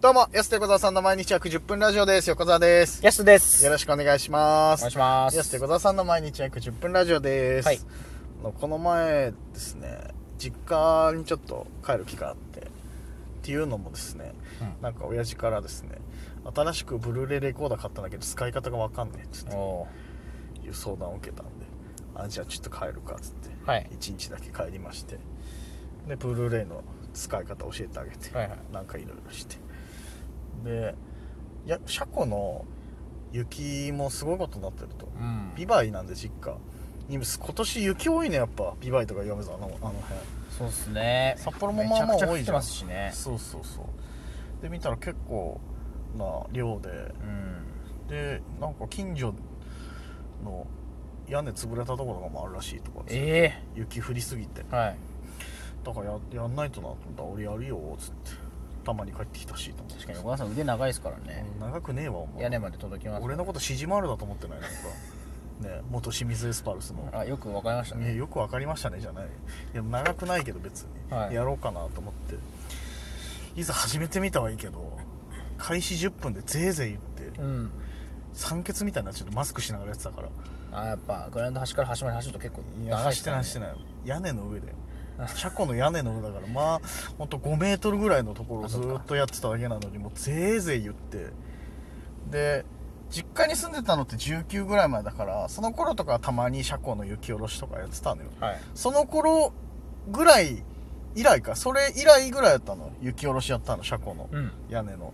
どうも、安手小沢さんの毎日約10分ラジオです。横澤です。ヤスです。よろしくお願いしまお願いす。します。安手小沢さんの毎日約10分ラジオです。はいあのこの前ですね、実家にちょっと帰る機会あって、っていうのもですね、うんなんか親父からですね、新しくブルーレイレコーダー買ったんだけど使い方がわかんねえっつっておいう相談を受けたんで、あ、じゃあちょっと帰るかっつって、ーはい。 1日だけ帰りまして、で、ブルーレイの使い方教えてあげて、はいはい。なんかいろいろしてでいや車庫の雪もすごいことになってるとうん。ビバイなんで実家今年雪多いねやっぱビバイとか岩水あのあの辺そうっすね。札幌もまあまあめちゃくちゃ多い降っじてゃんますしね。そうそうそうで見たら結構な量でうん。でなんか近所の屋根潰れたところとかもあるらしいとかですねえ雪降りすぎてえはい。だからややんないとなと思ったら俺やるよっつってたまに帰ってきたしと思って確かに、小川さん腕長いですからね。長くねえわお前屋根まで届きます。俺のことシジマルだと思ってないなんかね元清水エスパルスの、あ、よくわかりましたいやね。よくわかりましたねじゃないいや長くないけど別に、はいやろうかなと思っていざ始めてみたはいいけど開始10分でぜいぜい言ってうん。酸欠みたいになっちゃってマスクしながらやってたからあ、やっぱ、グラウンド端から端まで走ると結構いや長い走ってない走ってい。ない屋根の上で車庫の屋根の上だからまあほんと5メートルぐらいのところをずーっとやってただけなのにもうぜいぜい言ってで実家に住んでたのって19ぐらい前だからその頃とかはたまに車庫の雪下ろしとかやってたのよはい。その頃ぐらい以来かそれ以来ぐらいやったの雪下ろしやったの車庫のうん。屋根のだか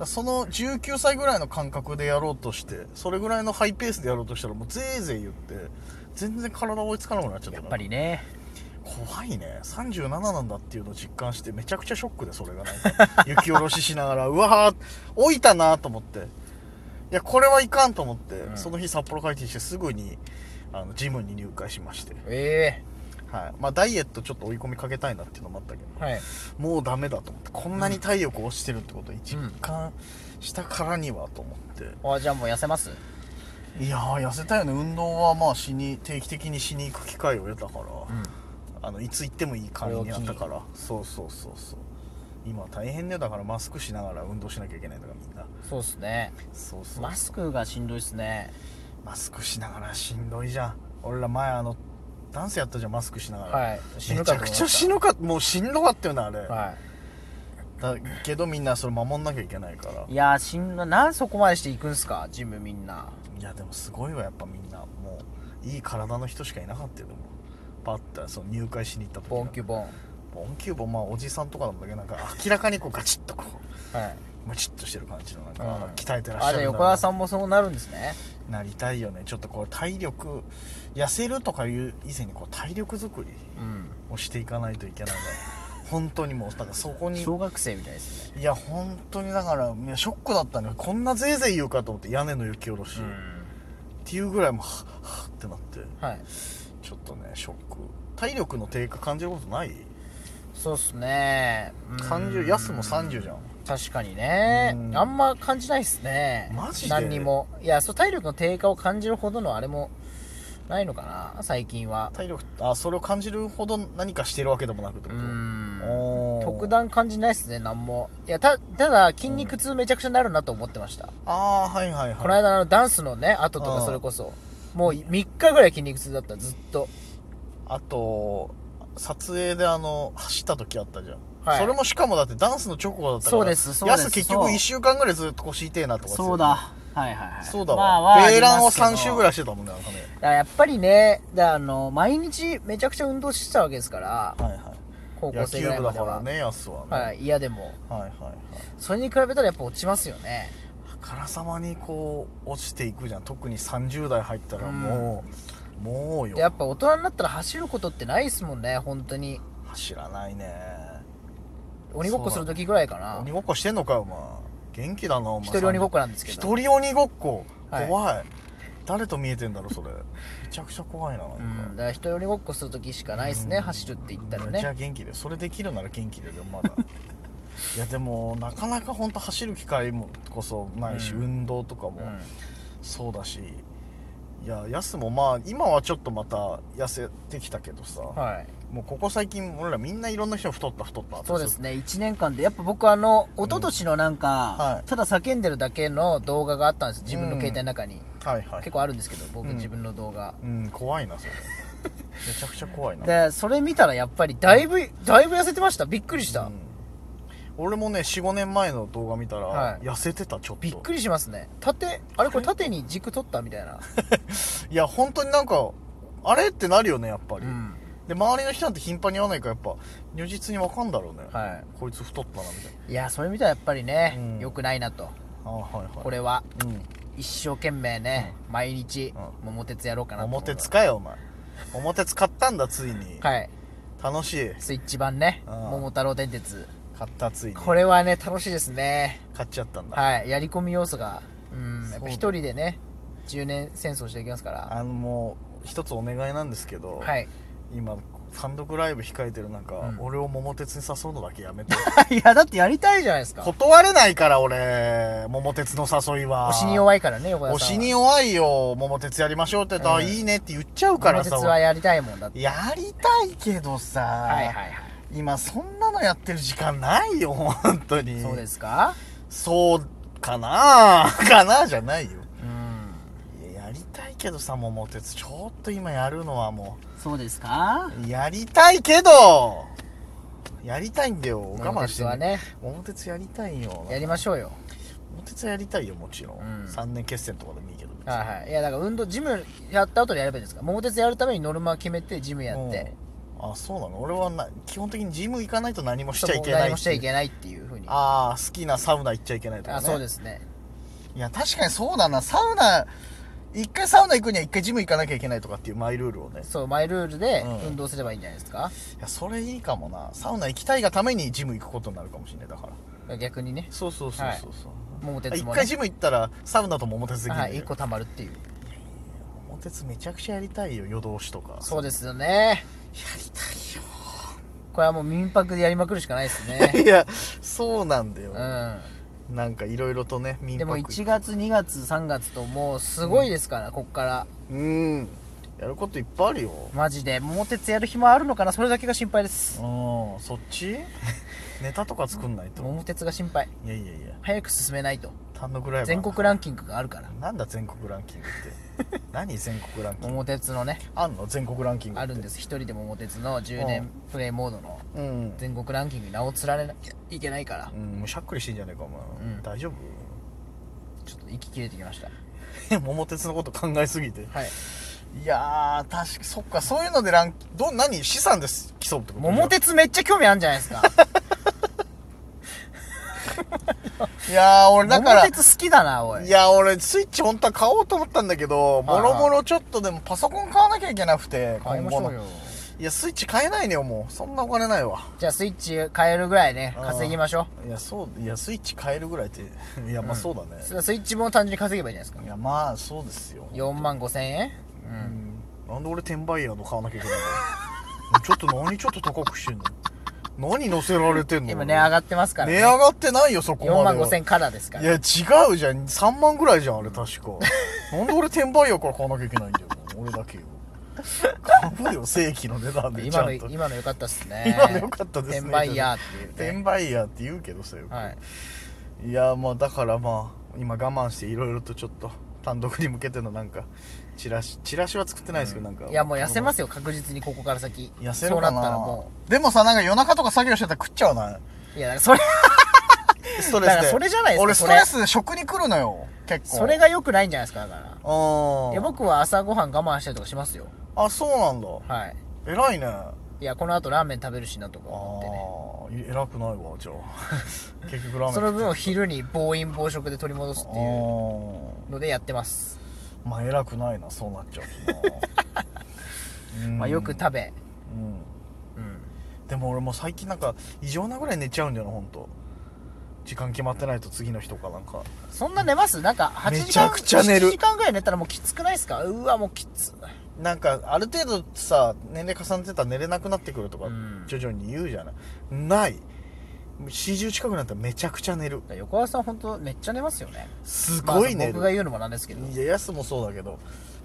らその19歳ぐらいの感覚でやろうとしてそれぐらいのハイペースでやろうとしたらもうぜいぜい言って全然体追いつかなくなっちゃったやかっらぱりね。怖いね37なんだっていうのを実感してめちゃくちゃショックでそれがなんか 雪下ろししながらうわー置いたなと思っていやこれはいかんと思って、うんその日札幌帰ってきてすぐにあのジムに入会しまして、えはいまあ、ダイエットちょっと追い込みかけたいなっていうのもあったけどえはい。もうダメだと思ってこんなに体力落ちてるってことを実感したからにはと思って、おじゃあもう痩せますいやー痩せたよね運動はまあしに定期的にしに行く機会を得たから、うん。あのいつ行ってもいい感じになったからそうそうそうそう今大変ねだからマスクしながら運動しなきゃいけないんだからみんなそうっすね。そうそうマスクがしんどいっすね。マスクしながらしんどいじゃん俺ら前あのダンスやったじゃんマスクしながら、はい。死めぬちかゃと思くいまちゃししんどかったもうしんどかったよねあれ、たはい。だけどみんなそれ守んなきゃいけないからいやーしんどなんそこまでして行くんすかジムみんないやでもすごいわやっぱみんなもういい体の人しかいなかったよでもパッてその入会しに行った時ボンキュボボンボンキューボまあおじさんとかなんだけどなんか明らかにこうガチッとこうはいムチッとしてる感じのなんか、うん鍛えてらっしあゃじゃある横川さんんもそうなるんですねなりたいよねちょっとこう体力痩せるとかいう以前にこう体力作りうんをしていかないといけ ないね本当にもうだからそこに小学生みたいですねいや本当にだからいやショックだったねこんなぜいぜい言うかと思って屋根の雪下ろし、っんていうぐらいもうはっはっってなってはいちょっとねショック体力の低下感じることないそうっすねうん30ヤスも30じゃん確かにねうんあんま感じないっすねマジで何にもいやそう体力の低下を感じるほどのあれもないのかな最近は体力あそれを感じるほど何かしてるわけでもなくってうこんとおー特段感じないっすね何もいやたただ筋肉痛めちゃくちゃなるなと思ってましたああはいはいはいこの間のダンスのね後とうんかそれこそもう3日ぐらい筋肉痛だったずっとあと撮影であの走った時あったじゃん、はいそれもしかもだってダンスの直後だったからそうですそうですやす結局そう1週間ぐらいずっと腰痛えなとかはいはいはそうだわベーランを3週ぐらいいしてたもんねなんかねだからやっぱりねだからあの毎日めちゃくちゃ運動してたわけですからはいはい高校野生球ぐらい部だまでかはらねやすはね、はい嫌でもはいはいはいそれに比べたらやっぱ落ちますよねあからさまにこう落ちていくじゃん特に30代入ったらもう、もうでやよっぱ大人になったら走ることってないですもんね本当に走らないね鬼ごっこする時ぐらいかな鬼ごっこしてんのかよお前元気だなお前一人鬼ごっこなんですけど一人鬼ごっこはい怖い、誰と見えてんだろうそれめちゃくちゃ怖いななんうか、ん、だから一人鬼ごっこする時しかないですね走るって言ったらめっちゃね元気でそれできるなら元気でで もまだいやでもなかなか本当走る機会もこそないし、うん運動とかもうんそうだし、いやヤスもまあ今はちょっとまた痩せてきたけどさ、はいもうここ最近俺らみんないろんな人太った太ったそうですね1年間でやっぱ僕あの一昨年のなんうんはか、いただ叫んでるだけの動画があったんです自分の携帯の中に、はいはい結構あるんですけど僕、うん自分の動画うん怖いなそれめちゃくちゃ怖いなでそれ見たらやっぱりだいぶだいぶ痩せてましたびっくりした、うん俺もね45年前の動画見たら、はい痩せてたちょっとびっくりしますね縦あれこれ縦に軸取ったみたいな、いや本当になんかあれってなるよねやっぱうり、ん、で周りの人なんて頻繁に会わないからやっぱ如実にわかんだろうね、はこいつ太ったなみたいいいやそういう意味ではやっぱりね、うん良くないなとなあはいはいこれはうん一生懸命ね、毎日、う桃鉄やろうかなと思う表使えよお前表使ったんだついに、はい楽しいスイッチ版ねうん桃太郎電鉄買ったついにこれはね楽しいですね買っちゃったんだ、はいやり込み要素がうんやそっうぱだ一人でね10年戦争していきますからあのもう一つお願いなんですけど、はい 今単独ライブ控えてる中、うん俺を桃鉄に誘うのだけや めていやだってやりたいじゃないですか断れないから俺桃鉄の誘いは推しにい弱いからね横田さん推しに弱いよ桃鉄やりましょうって言ったら、うんいいねって言っちゃうから桃さ鉄はやりたいもんだってやりたいけどさ、はいはいはい今そんなのやってる時間ないよ本当にそうですかそうかな かなじゃないようんいややりたいけどさ桃鉄ちょっと今やるのはもそうですかうやりたいけどやりたいんだよ我慢して桃鉄はね桃鉄やりたいよやりましょうよ桃鉄はやりたいよもちろん、うん3年決戦とかでもいいけどはいはいいやだから運動ジムやった後でやればいいですか桃鉄やるためにノルマ決めてジムやって、うんあそうなの俺はな基本的にジム行かないと何もしちゃいけない何もしちゃいけないっていうふうにあああ好きなサウナ行っちゃいけないとか、ね、そうですねいや確かにそうだなサウナ一回サウナ行くには一回ジム行かなきゃいけないとかっていうマイルールをねそうマイルールでうん運動すればいいんじゃないですか、いやそれいいかもなサウナ行きたいがためにジム行くことになるかもしれないだから逆にねそうそうそうそうそう、桃鉄一もね回ジム行ったらサウナと桃鉄できるんはだいよ一個たまるっていう桃鉄めちゃくちゃやりたいよ夜通しとかそうですよねやりたこれはもう民泊でやりまくるしかないです ねいよいやそうなんだよ、うなんかいろいろとねん民でも泊1月2月3月ともうすごいですから、こっからうんやることいっぱいあるよマジで桃鉄やる暇あるのかなそれだけが心配ですうんそっち ネタとか作んないと桃鉄が心配いやいやいや早く進めないと単独ライブ全国ランキングがあるからなんだ全国ランキングって 何全国ランキング桃鉄のねあんの全国ランキングあるんですす一人で桃鉄の10う年んプレイモードのうん、全国ランキングに名を連ねなきゃいけないからうん、もうしゃっくりしてんじゃねえかお前、うん大丈ちょっと息切れてきました夫 桃鉄のこと考えすぎてはいいやー確かそっかそういうのでランど何資産です競うってこと桃鉄めっちゃ興味あるんじゃないですかいやー俺だから桃鉄好きだなおいいや俺スイッチ本当は買おうと思ったんだけどはいはもいろもろちょっとでもパソコン買わなきゃいけなくて買いましょう今後のよいやスイッチ買えないのよもうそんなお金ないわじゃあスイッチ変えるぐらいねうん稼ぎましょいやそういやスイッチ買えるぐらいって いやまあそうだね、うススイッチも単純に稼げばいいじゃないですいかやまあそうですよ4万5千円ううんんなんで俺転売ヤーの買わなきゃいけないのちょっと何ちょっと高くしてんの何乗せられてんの今値上っがってますから値ね上がってないよそこまで4は万5千からですかいらや違うじゃん3万ぐらいじゃんあれ確 かなんで俺転売ヤーから買わなきゃいけないんだよ俺だけよ買うよ正規の値段でち今ゃのんと今の良かったっすね今の良かったですね転売ヤーっていうね転売ヤーって言うけどさよく、はいいやまあだからまあ今我慢していろいろとちょっと単独に向けてのなんかチラシチラシは作ってないですけど、なんかいやもう痩せますすよ確実にここから先痩せるかなそうなったらもでもさなんか夜中とか作業してたら食っちゃうなういやだからそれストレスでだからそれじゃないですか俺スそトれレスで食に来るのよ結構それが良くないんじゃないですかだからあいや僕は朝ごはん我慢したりとかしますよあそうなんだはい偉いねいやこの後ラーメン食べるしなとか思ってねああ偉くないわじゃあ 結局ラーメンその分を昼に暴飲暴食で取り戻すっていうあのでやってます、あまあ偉くないなそうなっちゃう とな、うんまあ、よく食べうんうんでも俺もう最近なんか異常なぐらい寝ちゃうんだよな本当時間決まってないと次の日とかなんかそんな寝ますなんか8時間めちゃくちゃ寝る7時間ぐらい寝たらもうきつくないですかうわもうきつなんかある程度さ年齢重ねてたら寝れなくなってくるとかうん徐々に言うじゃない、ない40近くなったらめちゃくちゃ寝る横川さん本当めっちゃ寝ますよねすごいま寝ある、僕が言うのもなんですけどいやヤスもそうだけど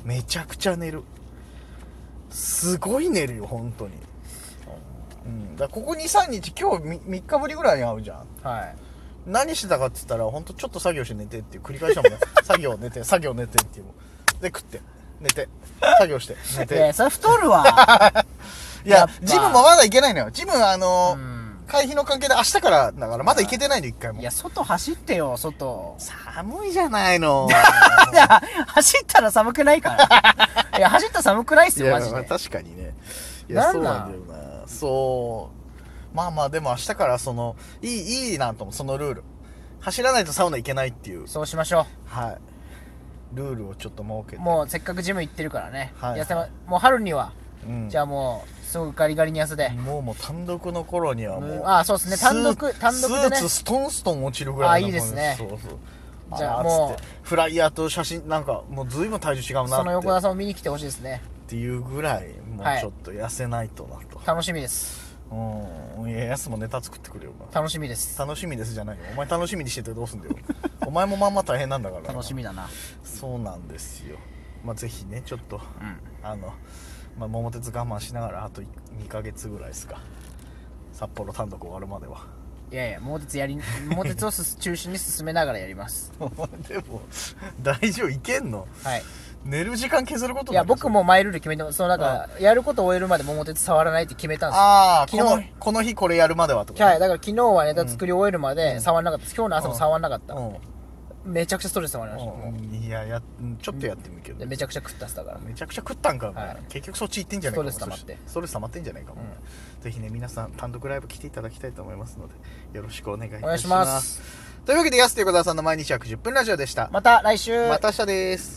めちゃくちゃ寝るすごい寝るよ本当にうん、だからここ23日今日3日ぶりぐらいに会うじゃんはい何してたかって言ったら本当ちょっと作業して寝てっていう繰り返したもんね作業寝て作業寝てっていうで食って寝て作業して寝 いやてそれ太 るわいややっぱジムもまだ行けないのよジムあのう、ん会費の関係で明日からだからまだ行けてないの一回もいや外走ってよ 外寒いじゃない のいや走ったら寒くないから いや走ったら寒くないっいすよやマジまあで確かにねいなやそんうななんんだよなそうまあまあでも明日からそのいいいいなと思うそのルール走らないとサウナ行けないっていうそうしましょはいルールをちょっと設けうてもうせっかくジム行ってるからね、はい痩せまもう春には、うんじゃあもうすごくガリガリに痩せて、もうもう単独の頃にはもう、うんあそうっすね単独スー単独でねスーツストンストン落ちるぐらいのあいいですねそうそうじゃあーもつうってフライヤーと写真なんかもう随分体重違うそのなっ横てっ田さんを見に来てほしいですねていうぐらいもうはいちょっと痩せないとなと、楽しみですうんいややすもネタ作ってくれよお前楽しみです楽しみですじゃないよお前楽しみにしててどうすん だよお前もまんま大変なんだから楽しみだなそうなんですよまあぜひねちょっとうんあの、まあ、桃鉄我慢しながらあと2ヶ月ぐらいですか札幌単独終わるまでは いやいや猛鉄やり猛鉄をす中心に進めながらやりますでも大丈夫いけんのはい寝る時間削ることいなやんか僕もマイルール決めてますそのなんかやること終えるまで桃鉄触らないって決めたんですよああこ昨日のこの日これやるまではとか、はい、だから昨日はネタ作り終えるまで触らなかったです今日の朝も触らなかった、うめちゃくちゃストレス溜まりました、ん、もうん、いややちょっとやってみるけうど、でめちゃくちゃ食ったっすだからめちゃくちゃ食ったんか、お前はい結局そっち行ってんじゃないかストレス溜まってもうそしストレス溜まってんじゃないかも、ぜひね皆さん単独ライブ来ていただきたいと思いますのでよろしくお願いいたしますお願いしますというわけでやすと横澤さんの毎日約10分ラジオでしたまた来週また明日です